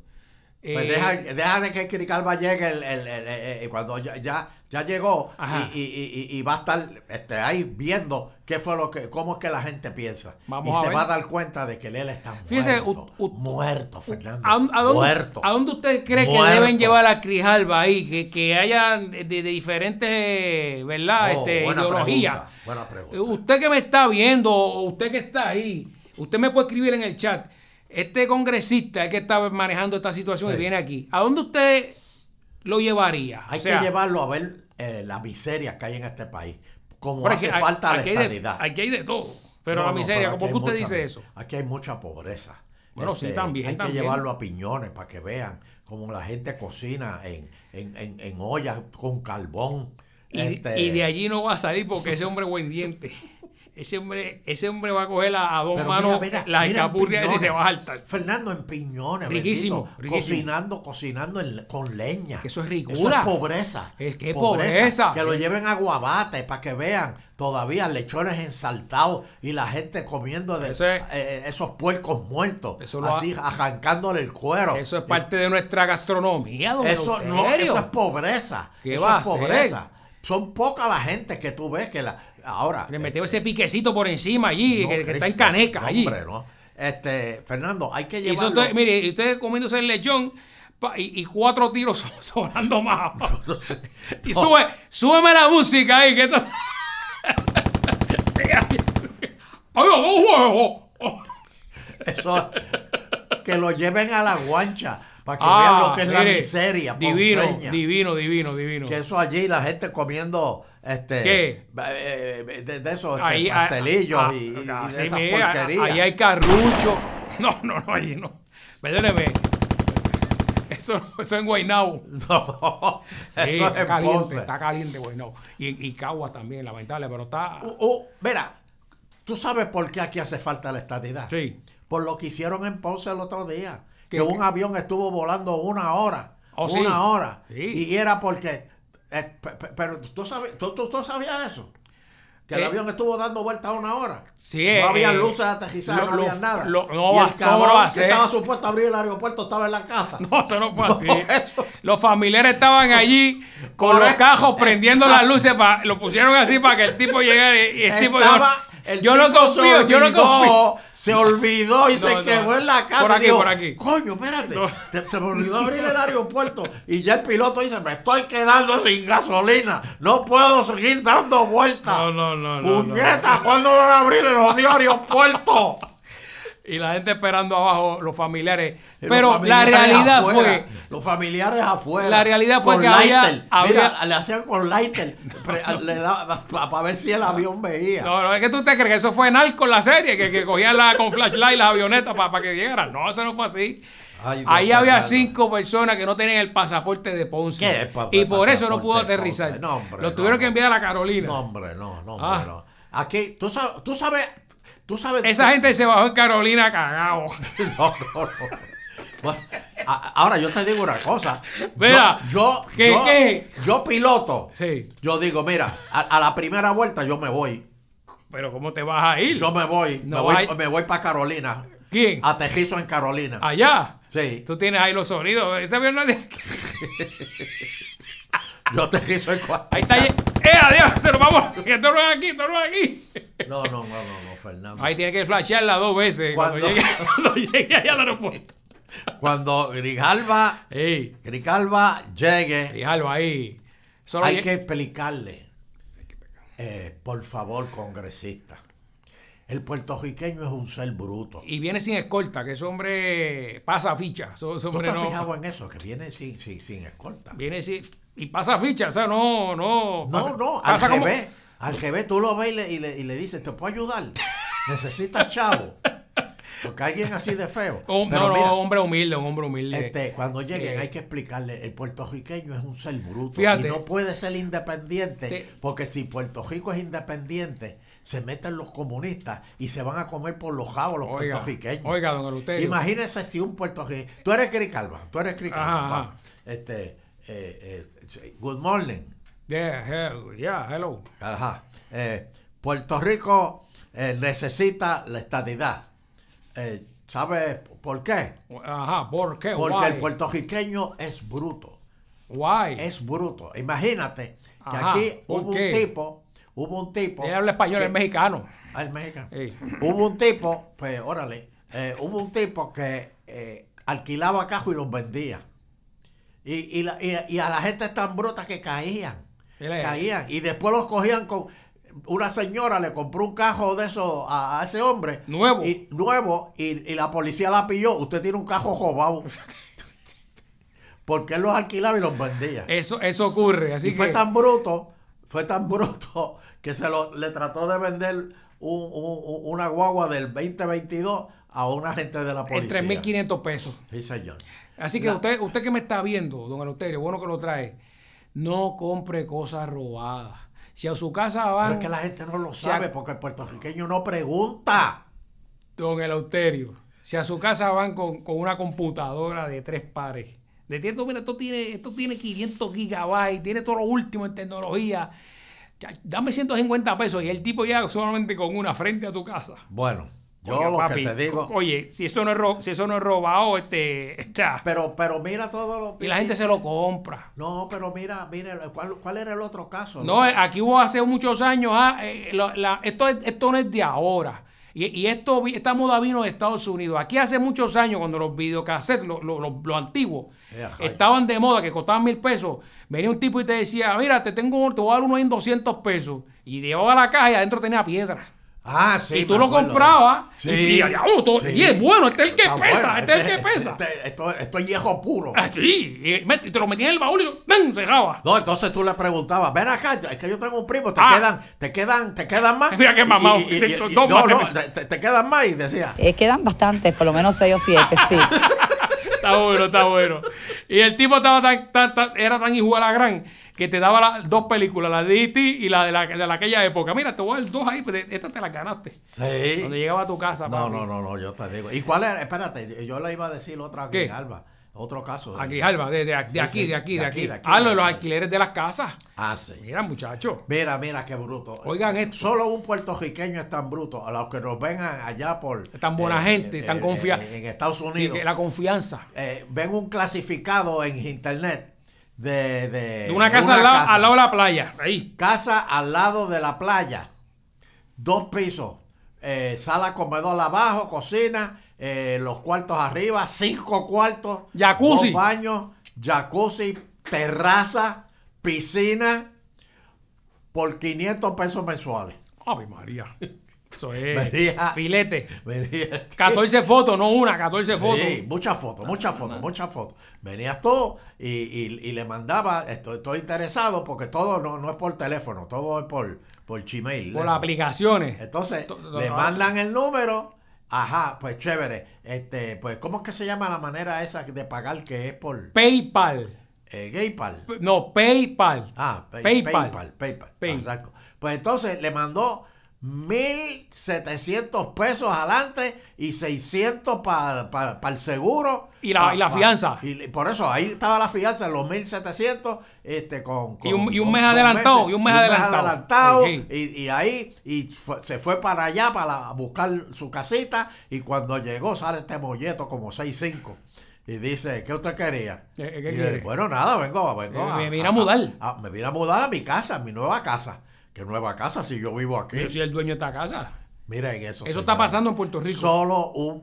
S3: Pues
S1: Eh,
S3: deja, deja de que Cricalba llegue el, el- el- el- el- cuando ya, ya, ya llegó
S1: Ajá.
S3: y, y- y- y- y va a estar este, ahí viendo qué fue lo que, cómo es que la gente piensa.
S1: Vamos
S3: y
S1: a
S3: se
S1: ver.
S3: va a dar cuenta de que Lela está muerto.
S1: Fíjese, u- u-
S3: muerto, Fernando.
S1: ¿A, dónde- a dónde,
S3: muerto.
S1: a dónde usted cree
S3: Muerto.
S1: que deben llevar a Grijalba ahí? Que, que haya de, de diferentes, eh, ¿verdad?
S3: Oh,
S1: este,
S3: buena
S1: ideologías.
S3: pregunta, buena pregunta.
S1: Eh, Usted que me está viendo, o usted que está ahí, usted me puede escribir en el chat. Este congresista es que está manejando esta situación y
S3: Sí.
S1: viene aquí. ¿A dónde usted lo llevaría?
S3: Hay
S1: O sea,
S3: que llevarlo a ver eh, la miseria que hay en este país. Como
S1: Pero es
S3: hace
S1: que hay-
S3: falta la
S1: aquí hay de-
S3: estabilidad.
S1: Aquí hay de todo. Pero
S3: No,
S1: la
S3: no,
S1: miseria,
S3: pero aquí
S1: ¿cómo es
S3: hay
S1: que usted
S3: mucha-
S1: dice eso?
S3: Aquí hay mucha pobreza. Este,
S1: Bueno, sí, también,
S3: Hay
S1: también.
S3: que llevarlo a piñones para que vean cómo la gente cocina en, en, en, en ollas con carbón.
S1: Y,
S3: Este,
S1: y de allí no va a salir porque ese hombre buen diente. Ese hombre, ese hombre va a coger a, a dos
S3: pero
S1: manos
S3: mira, mira,
S1: la
S3: mira en
S1: escapurria y
S3: Piñones.
S1: se va a saltar.
S3: Fernando en piñones.
S1: Riquísimo,
S3: bendito,
S1: riquísimo.
S3: Cocinando, cocinando en- con leña.
S1: Que eso es
S3: Eso
S1: ricura.
S3: es pobreza.
S1: Es que es pobreza.
S3: Que lo
S1: Es-
S3: lleven a Guabate para que vean todavía lechones ensaltados y la gente comiendo de
S1: Eso es-
S3: eh, esos puercos muertos.
S1: Eso lo ha-
S3: así, arrancándole el cuero.
S1: Eso es
S3: Y-
S1: parte de nuestra gastronomía, don
S3: Eso no,
S1: Eleuterio.
S3: eso es pobreza.
S1: ¿Qué
S3: eso
S1: va a
S3: es
S1: hacer?
S3: pobreza. Son poca la gente que tú ves que la ahora eh,
S1: Le metió ese piquecito por encima allí,
S3: no,
S1: que, que está en
S3: Cristo,
S1: caneca
S3: no,
S1: allí.
S3: Hombre, no. Este, Fernando, hay que
S1: Y eso
S3: llevarlo.
S1: usted- mire, y usted comiéndose el lechón pa- y, y cuatro tiros so- sonando más. y sube, súbeme la música ahí, que esto- Oiga, un juego.
S3: eso- que lo lleven a la guancha para que
S1: Ah,
S3: vean lo que es la
S1: mire,
S3: miseria.
S1: Divino,
S3: ponceña.
S1: divino, divino, divino.
S3: Que eso allí la gente comiendo este
S1: ¿Qué?
S3: eh, de, de esos este,
S1: Ahí, ah,
S3: pastelillos
S1: ah,
S3: y, y
S1: ah,
S3: de
S1: sí,
S3: esas
S1: mire, ah,
S3: porquerías.
S1: Ahí hay carrucho. No, no, no, allí no. Perdóneme. Eso, eso en Guaynabo.
S3: No,
S1: Sí,
S3: eso
S1: está
S3: es
S1: caliente,
S3: Ponce.
S1: está caliente, güey, no. Y, y Caguas también, lamentable, pero está.
S3: Uh, uh, mira, tú sabes por qué aquí hace falta la estadidad.
S1: Sí.
S3: Por lo que hicieron en Ponce el otro día.
S1: ¿Qué,
S3: Que
S1: qué?
S3: un avión estuvo volando una hora.
S1: Oh, sí.
S3: una hora.
S1: Sí.
S3: Y era porque. eh, pe- pe- pero tú, sabes, tú, tú- tú sabías eso. Que el
S1: Eh,
S3: avión estuvo dando vueltas una hora.
S1: Sí, eh,
S3: no había
S1: eh,
S3: luces de aterrizaje,
S1: lo-
S3: no había
S1: lo-
S3: nada.
S1: lo- no,
S3: y el
S1: vas- ¿cómo lo
S3: cabrón
S1: va a
S3: que
S1: hacer?
S3: estaba supuesto a abrir el aeropuerto estaba en la casa.
S1: No, eso no fue así.
S3: No, eso-
S1: Los familiares estaban allí con los
S3: Correcto.
S1: cajos prendiendo las luces, pa- lo pusieron así para que el tipo llegara y y el tipo
S3: Estaba-
S1: no,
S3: el
S1: yo no
S3: tipo se
S1: confío, yo no confío.
S3: olvidó, Se olvidó y
S1: No,
S3: se
S1: no.
S3: quedó en la casa.
S1: Por aquí,
S3: y dijo,
S1: por aquí.
S3: Coño, espérate.
S1: No.
S3: te- se me olvidó abrir el aeropuerto. Y ya el piloto dice: Me estoy quedando sin gasolina. No puedo seguir dando vueltas.
S1: No, no, no, no,
S3: Puñeta, ¿cuándo van a abrir el jodido aeropuerto?
S1: Y la gente esperando abajo, los familiares.
S3: Y los
S1: Pero la
S3: familiares
S1: realidad
S3: afuera,
S1: fue
S3: Los familiares afuera.
S1: La realidad fue
S3: con
S1: que había-
S3: lighter.
S1: había-
S3: Mira, le hacían con lighter. pre- le daba para ver si el avión veía.
S1: No, no, es que tú te crees que eso fue narco la serie, que, que cogían la, con flashlight las avionetas para, que llegaran. No, eso no fue así.
S3: Ay, Dios
S1: Ahí
S3: mío,
S1: había
S3: claro.
S1: cinco personas que no tenían el pasaporte de Ponce.
S3: ¿Qué es pa-
S1: y por eso no
S3: pasaporte
S1: pudo
S3: de Ponce?
S1: aterrizar.
S3: No, hombre,
S1: Lo
S3: no,
S1: tuvieron que
S3: hombre.
S1: enviar a Carolina.
S3: No, hombre, no, no,
S1: Ah.
S3: hombre, no. Aquí, tú sabes, tú sabes, tú sabes.
S1: Esa gente se bajó en Carolina cagado.
S3: No, no, no. Bueno, a- ahora yo te digo una cosa.
S1: Mira,
S3: yo, yo,
S1: ¿qué,
S3: yo,
S1: qué?
S3: yo piloto.
S1: Sí.
S3: Yo digo, mira, a, a la primera vuelta yo me voy.
S1: Pero ¿cómo te vas a ir?
S3: Yo me voy.
S1: No
S3: me, voy
S1: hay-
S3: me voy para Carolina.
S1: ¿Quién? Ah.
S3: Aterrizo en Carolina.
S1: Allá.
S3: Sí.
S1: Tú tienes ahí los sonidos. Este avión no es de aquí.
S3: Yo aterrizo en Carolina.
S1: Ahí está. lle- ¡Eh, adiós! Se nos vamos. Que esto no es aquí, esto no es aquí.
S3: No, no, no, no, no, Fernando.
S1: Ahí tiene que flashearla dos veces cuando,
S3: Cuando-
S1: llegue, cuando llegue ahí al aeropuerto.
S3: Cuando Grijalva,
S1: Ey,
S3: Grijalva llegue,
S1: déjalo ahí. Solo
S3: hay
S1: lle-
S3: que explicarle. eh, por favor, congresista. El puertorriqueño es un ser bruto.
S1: Y viene sin escolta, que ese hombre pasa ficha. Eso- ese
S3: ¿Tú
S1: hombre
S3: te has
S1: no-
S3: fijado en eso? Que viene sin, sin, sin escolta.
S1: Viene sin- y pasa ficha, o sea, no, no. pasa-
S3: No, no, al
S1: pasa como-
S3: revés. Al revés, tú lo ves y le, y le, y le dices, ¿te puedo ayudar? Necesitas chavo. Porque alguien así de feo.
S1: un-
S3: Pero
S1: no,
S3: mira,
S1: no, hombre humilde, un hombre humilde.
S3: este, cuando lleguen
S1: eh,
S3: hay que explicarle, el puertorriqueño es un ser bruto
S1: Fíjate.
S3: y no puede ser independiente,
S1: Te-
S3: porque si Puerto Rico es independiente, se meten los comunistas y se van a comer por los jabos los
S1: Oiga,
S3: puertorriqueños.
S1: oiga, don Eleuterio.
S3: Imagínese si un puertorriqueño, tú eres Cricalba, tú eres Cricalba,
S1: Ajá,
S3: va.
S1: ajá.
S3: este, eh, eh, good morning.
S1: Yeah, hell, yeah, hello.
S3: Ajá. Eh, Puerto Rico eh, necesita la estadidad. Eh, ¿Sabes por qué?
S1: Ajá, ¿por qué?
S3: Porque
S1: Eh, Why?
S3: el puertorriqueño es bruto.
S1: Why?
S3: Es bruto. Imagínate que
S1: Ajá,
S3: aquí
S1: ¿por
S3: hubo
S1: qué?
S3: un tipo, hubo un tipo.
S1: Él habla español,
S3: que-
S1: es mexicano.
S3: Ah, es mexicano.
S1: Ey.
S3: Hubo un tipo, pues órale, eh, hubo un tipo que eh, alquilaba cajos y los vendía. Y, y, la- y- y a la gente es tan bruta que caían.
S1: Él es-
S3: Caían. Y después los cogían con. Una señora le compró un cajo de eso a, a ese hombre.
S1: Nuevo.
S3: Y, nuevo. Y, y la policía la pilló. Usted tiene un cajo robado. Porque él los alquilaba y los vendía.
S1: Eso, eso ocurre. Así
S3: Y fue
S1: que.
S3: tan bruto, fue tan bruto que se lo, le trató de vender un- un- un- una guagua del 2022 a un agente de la
S1: en
S3: policía.
S1: 3.500 pesos.
S3: Sí, señor.
S1: Así que usted, usted que me está viendo, don Eleuterio, bueno que lo trae, no compre cosas robadas. Si a su casa
S3: Pero
S1: van,
S3: es que la gente no lo
S1: sea-
S3: sabe porque el puertorriqueño no pregunta.
S1: don Eleuterio, si a su casa van con, con una computadora de tres pares, de tiempo, mira, esto tiene, esto tiene 500 gigabytes, tiene todo lo último en tecnología, ya, dame 150 pesos y el tipo llega solamente con una frente a tu casa.
S3: Bueno, yo
S1: Oiga,
S3: lo
S1: papi,
S3: que te digo.
S1: Oye, si eso no es, ro- si eso no es robado, este, o sea,
S3: Pero, pero mira todo lo.
S1: y la gente se lo compra.
S3: No, pero mira, mira, ¿cuál, cuál era el otro caso?
S1: No, eh, aquí hubo hace muchos años, ah, eh, la- la- esto, es- esto no es de ahora. Y, y esto, vi- esta moda vino de Estados Unidos. Aquí hace muchos años, cuando los videocassettes, los lo, lo- lo antiguos,
S3: Eh, ajá.
S1: estaban de moda, que costaban mil pesos, venía un tipo y te decía, mira, te, tengo, te voy a dar uno en 200 pesos. Y llevaba la caja y adentro tenía piedra.
S3: Ah, sí.
S1: y tú
S3: me
S1: lo
S3: acuerdo.
S1: comprabas.
S3: Sí.
S1: y, y allá, oh, todo-
S3: Sí.
S1: y es bueno, este es el que
S3: Está
S1: pesa,
S3: bueno,
S1: este, es el que pesa.
S3: este- esto, esto es viejo puro.
S1: Ah, sí, y, met- y te lo metías en el baúl y lo- ¡ven! cerraba.
S3: No, entonces tú le preguntabas, ven acá, es que yo tengo un primo, te
S1: Ah.
S3: quedan, te quedan, te quedan más.
S1: Mira qué
S3: Y-
S1: mamado.
S3: y- y- y-
S1: Dos
S3: y- no,
S1: más que
S3: no,
S1: me-
S3: te, te quedan más y decía,
S6: Eh, quedan bastantes, por lo menos seis o siete, sí.
S1: Está bueno, está bueno. Y el tipo estaba tan, tan- tan- era tan hijo a la gran que te daba las dos películas, la de E.T. y la de, la, de la aquella época. Mira, te voy a dar dos ahí, pero esta te la ganaste.
S3: sí.
S1: Cuando llegaba a tu casa,
S3: No,
S1: papi.
S3: no, no, no, yo te digo. ¿Y cuál era? Espérate, yo le iba a decir otra a
S1: ¿Qué?
S3: Grijalva, otro caso.
S1: A Grijalva, de, de- de
S3: Sí,
S1: aquí,
S3: sí,
S1: de aquí, de aquí.
S3: de aquí,
S1: Ah, lo de
S3: de
S1: los
S3: aquí.
S1: alquileres de las casas.
S3: Ah, sí.
S1: Mira, muchacho.
S3: Mira, mira qué bruto.
S1: Oigan esto.
S3: Solo un puertorriqueño es tan bruto. A los que nos vengan allá por. eh,
S1: Tan buena gente, tan confia-
S3: En, en Estados
S1: Sí,
S3: Unidos.
S1: que la confianza.
S3: eh, ven un clasificado en internet de, de-
S1: De una
S3: Eh, de
S1: casa, al, lado,
S3: casa.
S1: al lado de la playa. Ahí.
S3: Casa al lado de la playa, dos pisos, eh, sala comedor abajo, cocina, eh, los cuartos arriba, cinco cuartos,
S1: Jacuzzi.
S3: dos baños, jacuzzi, terraza, piscina, por 500 pesos mensuales.
S1: Ave María. Eso es
S3: María.
S1: filete.
S3: Venía-
S1: 14 fotos, no una, 14 fotos.
S3: Sí, muchas fotos,
S1: Ah,
S3: muchas fotos, muchas fotos. Venías tú y, y- y le mandaba, estoy, estoy interesado porque todo no, no es por teléfono, todo es por, por Gmail.
S1: Por
S3: ¿eh?
S1: las aplicaciones.
S3: Entonces,
S1: To- to-
S3: le
S1: ah.
S3: mandan el número. Ajá, pues chévere. Este, pues, ¿cómo es que se llama la manera esa de pagar que es por
S1: PayPal.
S3: eh, PayPal?
S1: P- No, PayPal.
S3: Ah, pay-
S1: PayPal.
S3: PayPal. PayPal,
S1: Pay.
S3: Exacto. Pues entonces le mandó 1.700 pesos adelante y 600 para el seguro.
S1: Y la-
S3: Pa-
S1: y la
S3: pa-
S1: fianza.
S3: y le- por eso, ahí estaba la fianza, los 1.700 este, con, con-
S1: Y un- y un
S3: con-
S1: mes
S3: con
S1: adelantado, y un mes adelantado.
S3: adelantado,
S1: Sí.
S3: y, y ahí y fue- se fue para allá para buscar su casita y cuando llegó sale este molleto como 6.5. Y dice, ¿qué usted quería?
S1: ¿Qué- qué
S3: Y
S1: quiere?
S3: él, bueno, nada, vengo, vengo.
S1: Eh, me vine a mudar.
S3: Ah, me vine a mudar a mi casa, a mi nueva casa. ¿Qué nueva casa si yo vivo aquí?
S1: Yo soy el dueño de esta casa.
S3: Miren eso.
S1: Eso está
S3: señores.
S1: pasando en Puerto Rico.
S3: Solo un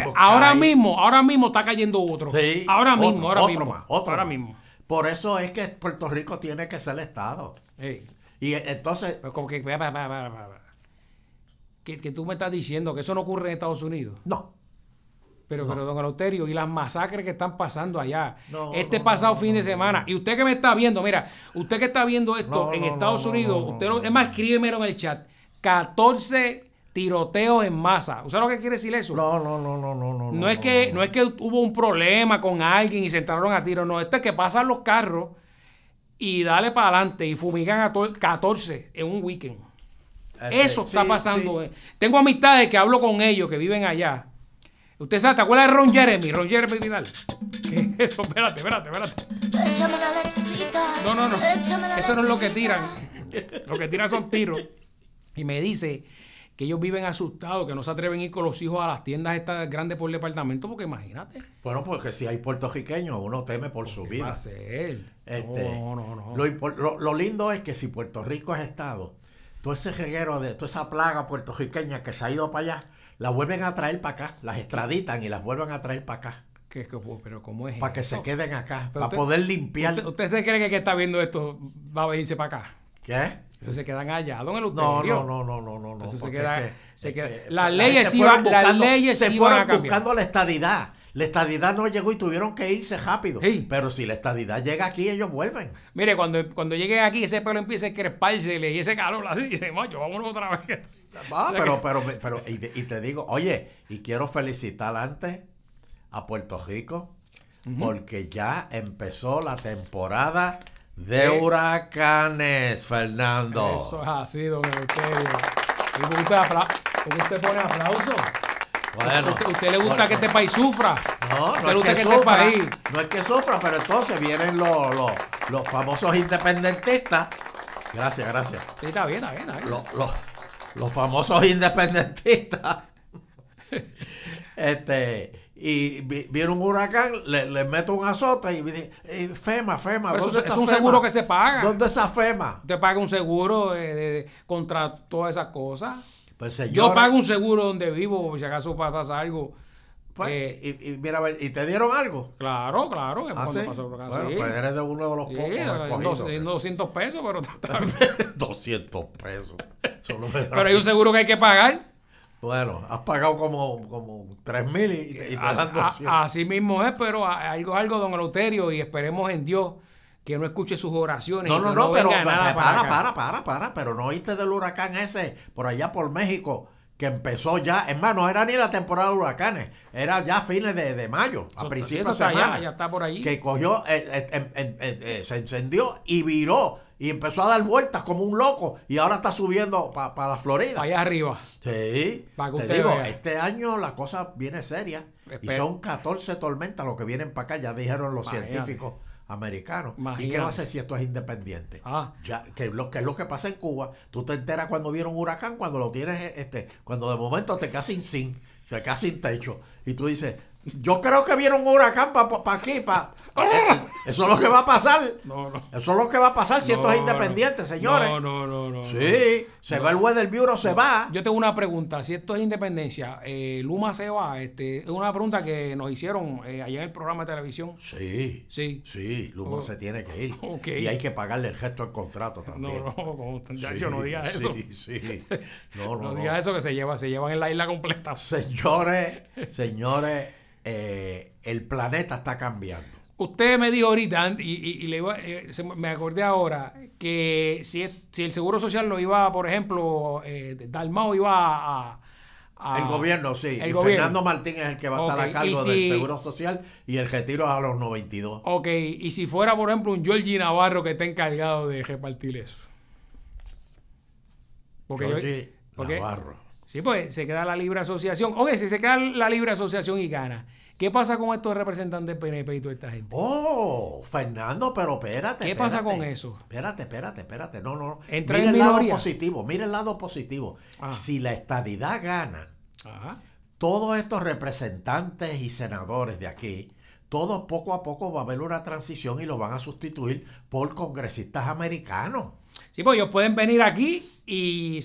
S1: Eh, ahora
S3: cae.
S1: mismo, ahora mismo está cayendo otro.
S3: Sí,
S1: ahora
S3: otro,
S1: mismo, ahora
S3: otro
S1: mismo.
S3: más, otro
S1: ahora
S3: más.
S1: mismo.
S3: Por eso es que Puerto Rico tiene que ser Estado.
S1: Ey,
S3: Y eh, entonces,
S1: pero como que, pa, pa, pa, pa, pa, pa. Que, que tú me estás diciendo que eso no ocurre en Estados Unidos.
S3: no.
S1: Pero, pero, don Eleuterio, y las masacres que están pasando allá.
S3: No,
S1: este
S3: no,
S1: pasado
S3: no,
S1: fin de
S3: no,
S1: semana. Y usted que me está viendo, mira, usted que está viendo esto
S3: No,
S1: en
S3: no,
S1: Estados
S3: no, no,
S1: Unidos,
S3: no,
S1: usted
S3: no,
S1: lo-
S3: no.
S1: es más, escríbemelo en el chat. 14 tiroteos en masa. ¿Usted lo que quiere decir eso?
S3: No, no, no, no, no, no.
S1: No es que, no es que hubo un problema con alguien y se entraron a tiro, no, esto es que pasan los carros y dale para adelante y fumigan a to- 14 en un weekend.
S3: Este,
S1: Eso está
S3: sí,
S1: pasando.
S3: sí.
S1: eh. Tengo amistades que hablo con ellos que viven allá. Usted sabe, ¿te acuerdas de Ron Jeremy? Ron Jeremy Vidal. ¿Qué es Eso, espérate, espérate, espérate.
S7: Échame la lechecita.
S1: No, no, no.
S7: Échame la
S1: Eso no es lo que
S7: lechecita.
S1: tiran. Lo que tiran son tiros. Y me dice que ellos viven asustados, que no se atreven a ir con los hijos a las tiendas estas grandes por el departamento, porque imagínate.
S3: Bueno, porque si hay puertorriqueños, uno teme por su
S1: ¿Qué va a
S3: vida.
S1: hacer?
S3: Este,
S1: no, no, no.
S3: Lo, impor- lo- lo lindo es que si Puerto Rico es Estado, todo ese reguero de toda esa plaga puertorriqueña que se ha ido para allá, la vuelven a traer para acá, las extraditan y las vuelven a traer para acá,
S1: ¿Qué es que- pues, pero ¿cómo es
S3: para que se
S1: eso?
S3: queden acá,
S1: Pero
S3: para
S1: usted-
S3: poder limpiar.
S1: ¿Usted, usted se cree que el que está viendo esto va a venirse para acá?
S3: ¿Qué?
S1: Eso se quedan allá, don
S3: No,
S1: Eleuterio.
S3: no, no, no, no, no. no,
S1: Entonces se
S3: porque
S1: queda-
S3: es
S1: se
S3: es
S1: queda-
S3: que
S1: las
S3: la
S1: leyes
S3: gente
S1: iban-
S3: fueron
S1: las
S3: buscando-
S1: leyes
S3: se
S1: iban
S3: fueron
S1: a cambiar.
S3: buscando la estadidad. La estadidad no llegó y tuvieron que irse rápido.
S1: Sí.
S3: Pero si la estadidad llega aquí, ellos vuelven.
S1: Mire, cuando, cuando llegue aquí, ese pelo empieza a crespársele y ese calor así, dice, macho, vámonos otra vez.
S3: Ah,
S1: O sea
S3: pero,
S1: que-
S3: pero, pero, y, de- y te digo, oye, y quiero felicitar antes a Puerto Rico, porque ya empezó la temporada de
S1: Sí.
S3: huracanes, Fernando.
S1: Eso es así, don Eleuterio. ¿Y por qué usted, apla- por qué usted pone aplauso?
S3: Bueno,
S1: usted, usted le gusta
S3: bueno,
S1: que este país sufra.
S3: No,
S1: Usted
S3: no
S1: le gusta
S3: es que,
S1: que este
S3: sufra,
S1: país.
S3: no es que sufra, pero entonces vienen los, los, los famosos independentistas. Gracias, gracias.
S1: Sí, está bien, está bien. está bien.
S3: Los, los, los famosos independentistas. este, y vi- vieron un huracán, le, le meto un azote y dije, eh, FEMA, FEMA.
S1: Pero eso
S3: ¿dónde
S1: es-
S3: está
S1: es un
S3: FEMA?
S1: seguro que se paga.
S3: ¿Dónde está FEMA?
S1: Usted paga un seguro eh, de- de- contra todas esas cosas.
S3: Pues,
S1: Yo
S3: señora,
S1: pago un seguro donde vivo, por si acaso pa- pasa algo.
S3: pues,
S1: Eh,
S3: y, y mira, a ver, ¿y te dieron algo?
S1: claro, claro. que
S3: ¿Ah,
S1: cuando
S3: sí?
S1: pasa por acá,
S3: Bueno,
S1: sí.
S3: pues eres de uno de los
S1: Sí,
S3: pocos escogidos.
S1: dos- 200 pesos, pero, está bien.
S3: 200 pesos. Eso no me da
S1: pero hay un seguro que hay que pagar.
S3: Bueno, has pagado como, como 3 mil y, y te
S1: As-
S3: dan
S1: a-
S3: 200.
S1: así mismo es, pero a- algo, algo, don Eleuterio, y esperemos en Dios que no escuche sus oraciones.
S3: no,
S1: y que
S3: no, no, pero
S1: venga
S3: para,
S1: nada para
S3: para,
S1: acá.
S3: para, para, Pero no oíste del huracán ese por allá por México que empezó ya. Es más, no era ni la temporada de huracanes, era ya a fines de, de mayo,
S1: Eso-
S3: a principios
S1: eso
S3: de
S1: está allá,
S3: semana.
S1: ya está por ahí.
S3: Que cogió, eh, eh, em, em, eh, eh, se encendió y viró y empezó a dar vueltas como un loco y ahora está subiendo para la Florida.
S1: Allá arriba.
S3: Sí,
S1: Para que
S3: te
S1: usted
S3: digo,
S1: vea.
S3: este año la cosa viene seria. Y
S1: Espera.
S3: son 14 tormentas los que vienen para acá, ya dijeron los
S1: Imagínate.
S3: científicos americanos. ¿Y
S1: Imagínate.
S3: qué va a hacer si esto es independiente?
S1: Ah.
S3: Ya, que, lo, que es lo que pasa en Cuba. Tú te enteras cuando viene un huracán, cuando lo tienes, este, cuando de momento te quedas sin zinc, se quedas sin techo. Y tú dices, yo creo que viene un huracán para aquí, para... Eh, Eso es lo que va a pasar.
S1: Ah. No, no.
S3: Eso es lo que va a pasar si esto es
S1: No, no.
S3: independiente, señores.
S1: No, no, no, no.
S3: Sí, se va el juez del bureau, se va.
S1: no. Yo tengo una pregunta. Si esto es independencia, eh, Luma se va. Este, es una pregunta que nos hicieron eh, allá en el programa de televisión.
S3: Sí,
S1: Sí.
S3: sí, Luma
S1: Oh.
S3: se tiene que ir.
S1: Ok.
S3: Y hay que pagarle el gesto del contrato
S1: No,
S3: también.
S1: no, como- ya
S3: Sí,
S1: yo no diga eso.
S3: Sí, sí. No,
S1: No,
S3: no, no.
S1: diga eso que se lleva, se llevan en la isla completa.
S3: Señores, señores, eh, el planeta está cambiando.
S1: Usted me dijo ahorita, and- y, y- y le iba- eh, se me- me acordé ahora, que si, es- si el Seguro Social lo iba, por ejemplo, eh, Dalmao iba a... a- a-
S3: El gobierno, sí.
S1: Ah, el
S3: y
S1: gobierno.
S3: Fernando Martín es el que va a estar
S1: Ok,
S3: a
S1: y
S3: cargo
S1: si-
S3: del Seguro Social y el retiro a los 92.
S1: Ok, y si fuera, por ejemplo, un Georgie Navarro que esté encargado de repartir eso. Porque yo-
S3: Georgie
S1: porque-
S3: Navarro.
S1: Sí, pues se queda la libre asociación. Oye, si se queda la libre asociación y gana, ¿qué pasa con estos representantes del PNP y toda esta gente?
S3: Oh, Fernando, pero espérate.
S1: ¿Qué pasa
S3: espérate.
S1: con eso?
S3: Espérate, espérate, espérate. No, no.
S1: Entra
S3: mira
S1: en
S3: el lado
S1: minoría.
S3: positivo, mira el lado positivo.
S1: Ah.
S3: Si la estadidad gana,
S1: Ajá.
S3: todos estos representantes y senadores de aquí, todos poco a poco va a haber una transición y los van a sustituir por congresistas americanos.
S1: Sí, pues ellos pueden venir aquí y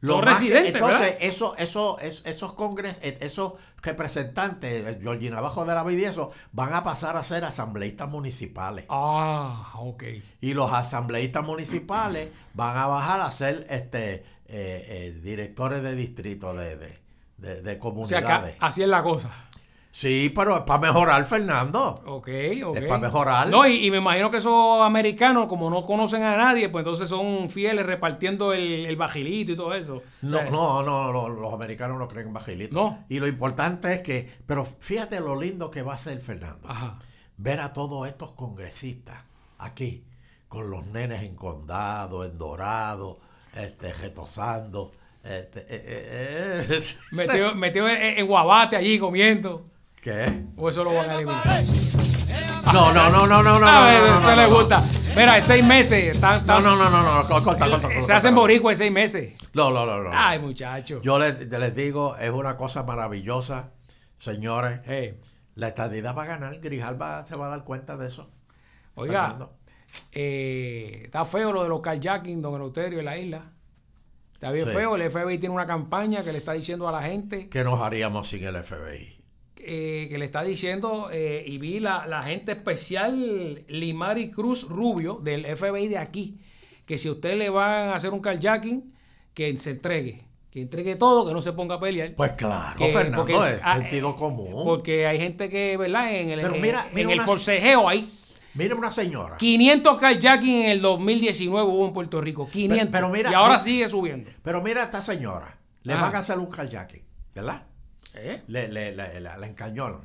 S3: Lo
S1: son
S3: más que-
S1: residentes,
S3: entonces,
S1: ¿verdad?
S3: eso, eso, es- esos congres, eh, esos representantes, eh, Georgina Bajo de la Vida y eso, van a pasar a ser asambleístas municipales.
S1: Ah, ok.
S3: Y los asambleístas municipales van a bajar a ser este eh, eh, directores de distrito de, de, de- de
S1: O sea, acá,
S3: comunidades.
S1: así es la cosa.
S3: Sí, pero es para mejorar, Fernando.
S1: Ok, ok.
S3: Es para mejorar.
S1: No, y, y me imagino que esos americanos, como no conocen a nadie, pues entonces son fieles repartiendo el, el bajilito y todo eso. Eh,
S3: No,
S1: O sea,
S3: no, no, no, los americanos no creen en bajilito.
S1: No.
S3: Y lo importante es que, pero fíjate lo lindo que va a ser Fernando.
S1: Ajá.
S3: ver a todos estos congresistas aquí, con los nenes en Condado, en Dorado, este, retosando. Este, eh, eh, eh,
S1: Metido, metido en, en e, guabate allí comiendo.
S3: ¿Qué?
S1: O eso lo van a eliminar.
S3: No, no, no, no, no, no. no,
S1: a ver,
S3: no, no,
S1: eso
S3: no,
S1: le
S3: no.
S1: gusta. Mira, en seis meses. están-
S3: No,
S1: están-
S3: no, no, no, no, no, corta, corta, corta, corta,
S1: se hacen
S3: corta.
S1: boricua en seis meses.
S3: No, no, no, no. no.
S1: Ay, muchacho.
S3: Yo les, les digo, es una cosa maravillosa, señores.
S1: Eh,
S3: La estadidad va a ganar, Grijal va- se va a dar cuenta de eso.
S1: oiga,
S3: Fernando.
S1: eh, está feo lo de los carjacking, don Eleuterio, en la isla. Está bien
S3: Sí.
S1: feo. El FBI tiene una campaña que le está diciendo a la gente,
S3: ¿Qué nos haríamos sin el FBI?
S1: eh, que le está diciendo, eh, y vi la, la gente especial Limari Cruz Rubio, del FBI de aquí, que si usted le van a hacer un carjacking, que se entregue. Que entregue todo, que no se ponga a pelear.
S3: Pues claro,
S1: Que-
S3: Fernando,
S1: porque
S3: es,
S1: es- ah,
S3: sentido
S1: eh,
S3: común.
S1: Porque hay gente que, ¿verdad? En el,
S3: Pero
S1: en-
S3: mira, mira
S1: en el
S3: una-
S1: forcejeo hay
S3: Mira una señora.
S1: 500 carjacking en el 2019 hubo en Puerto Rico. 500.
S3: pero mira,
S1: y ahora
S3: mi-
S1: sigue subiendo.
S3: Pero mira a esta señora. Le
S1: Ajá.
S3: van a hacer un carjacking, ¿verdad? Le, le- le- la- la encañonan.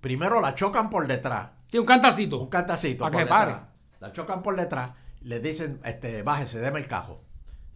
S3: Primero la chocan por detrás.
S1: Tiene un cantacito.
S3: Un cantacito.
S1: Pa'
S3: por
S1: que
S3: detrás.
S1: pare.
S3: La chocan por detrás. Le dicen, este, bájese, déme el cajo.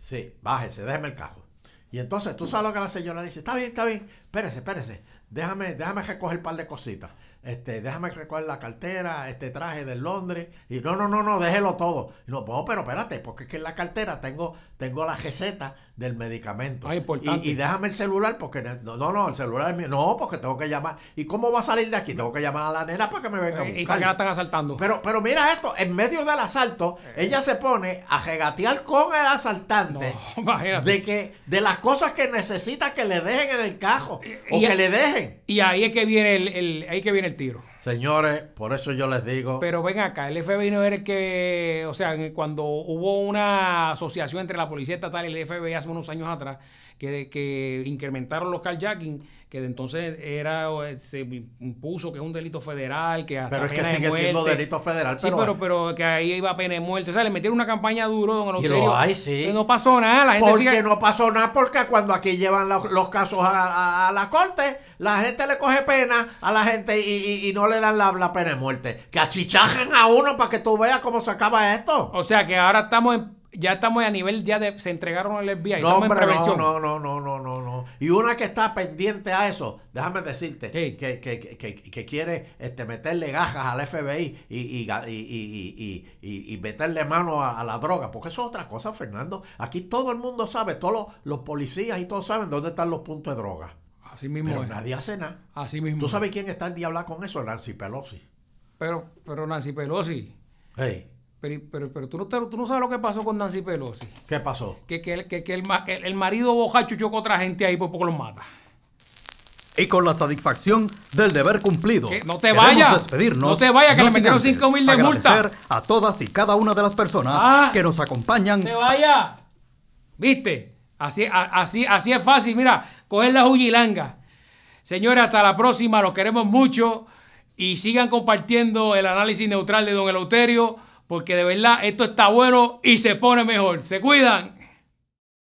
S3: Sí, bájese, déjeme el cajo. Y entonces tú sabes lo que la señora dice. Está bien, está bien. Espérese, espérese. Déjame, déjame recoger un par de cositas. Este, déjame recoger la cartera, este traje de Londres. Y no, no, no, no, déjelo todo. Y no, no, pero espérate, porque es que en la cartera tengo, tengo la receta del medicamento.
S1: Ah, importante.
S3: Y, y déjame el celular, porque ne- no, no, no, el celular es mío. No, porque tengo que llamar. ¿Y cómo va a salir de aquí? Tengo que llamar a la nena para que me venga a
S1: Eh,
S3: buscar.
S1: y para que la están asaltando.
S3: Pero, pero mira esto, en medio del asalto,
S1: Eh.
S3: ella se pone a regatear con el
S1: no,
S3: asaltante
S1: imagínate.
S3: de que, de las cosas que necesita que le dejen en el cajo o
S1: y-
S3: que le dejen.
S1: Y ahí es que viene el, el- ahí es que viene el tiro.
S3: Señores, por eso yo les digo,
S1: Pero ven acá, el FBI no era el que, o sea, en- cuando hubo una asociación entre la policía estatal y el FBI hace unos años atrás, que, que incrementaron los carjacking, que de entonces era eh, se impuso que es un delito federal, que hasta
S3: pero es que
S1: pena de
S3: sigue siendo
S1: muerte.
S3: delito federal.
S1: Sí, pero, pero que ahí iba pena de muerte. O sea, le metieron una campaña duro, don
S3: Y lo
S1: Eleuterio.
S3: hay, sí.
S1: Y No pasó nada, la gente
S3: porque
S1: sigue...
S3: no pasó nada, porque cuando aquí llevan los, los casos a, a- a la corte, la gente le coge pena a la gente y, y- y no le dan la, la pena de muerte. Que achichajen a uno para que tú veas cómo se acaba esto.
S1: O sea, que ahora estamos en- ya estamos a nivel ya de... Se entregaron al FBI,
S3: No,
S1: estamos
S3: hombre,
S1: en prevención.
S3: no, no, no, no, no, no. Y una que está pendiente a eso, déjame decirte,
S1: Sí.
S3: que, que, que, que- que quiere este, meterle gajas al FBI y, y, ga- y, y- y- y- y meterle mano a, a la droga, porque eso es otra cosa, Fernando. Aquí todo el mundo sabe, todos los, los policías y todos saben dónde están los puntos de droga.
S1: Así mismo
S3: Pero
S1: es.
S3: nadie hace nada.
S1: Así mismo
S3: ¿Tú
S1: es.
S3: sabes quién está en diabla con eso? Nancy Pelosi.
S1: Pero, pero Nancy Pelosi,
S3: Hey,
S1: pero, pero, pero tú, no, te- tú no sabes lo que pasó con Nancy Pelosi.
S3: ¿Qué pasó?
S1: Que, que, el- que, que el, ma- que el- el marido bojacho chocó otra gente ahí por poco los mata.
S8: Y con la satisfacción del deber cumplido.
S1: ¿Qué? No te
S8: queremos
S1: vaya.
S8: despedirnos,
S1: No te vaya, que le
S8: sin
S1: metieron
S8: antes
S1: 5.000 de multa.
S8: agradecer a todas y cada una de las personas
S1: Ah.
S8: que nos acompañan.
S1: ¡Se vaya! ¿Viste? Así, a- así, así es fácil, mira, coger la jugilanga. Señores, hasta la próxima, los queremos mucho y sigan compartiendo el análisis neutral de Don Eleuterio, porque de verdad esto está bueno y se pone mejor. ¡Se cuidan!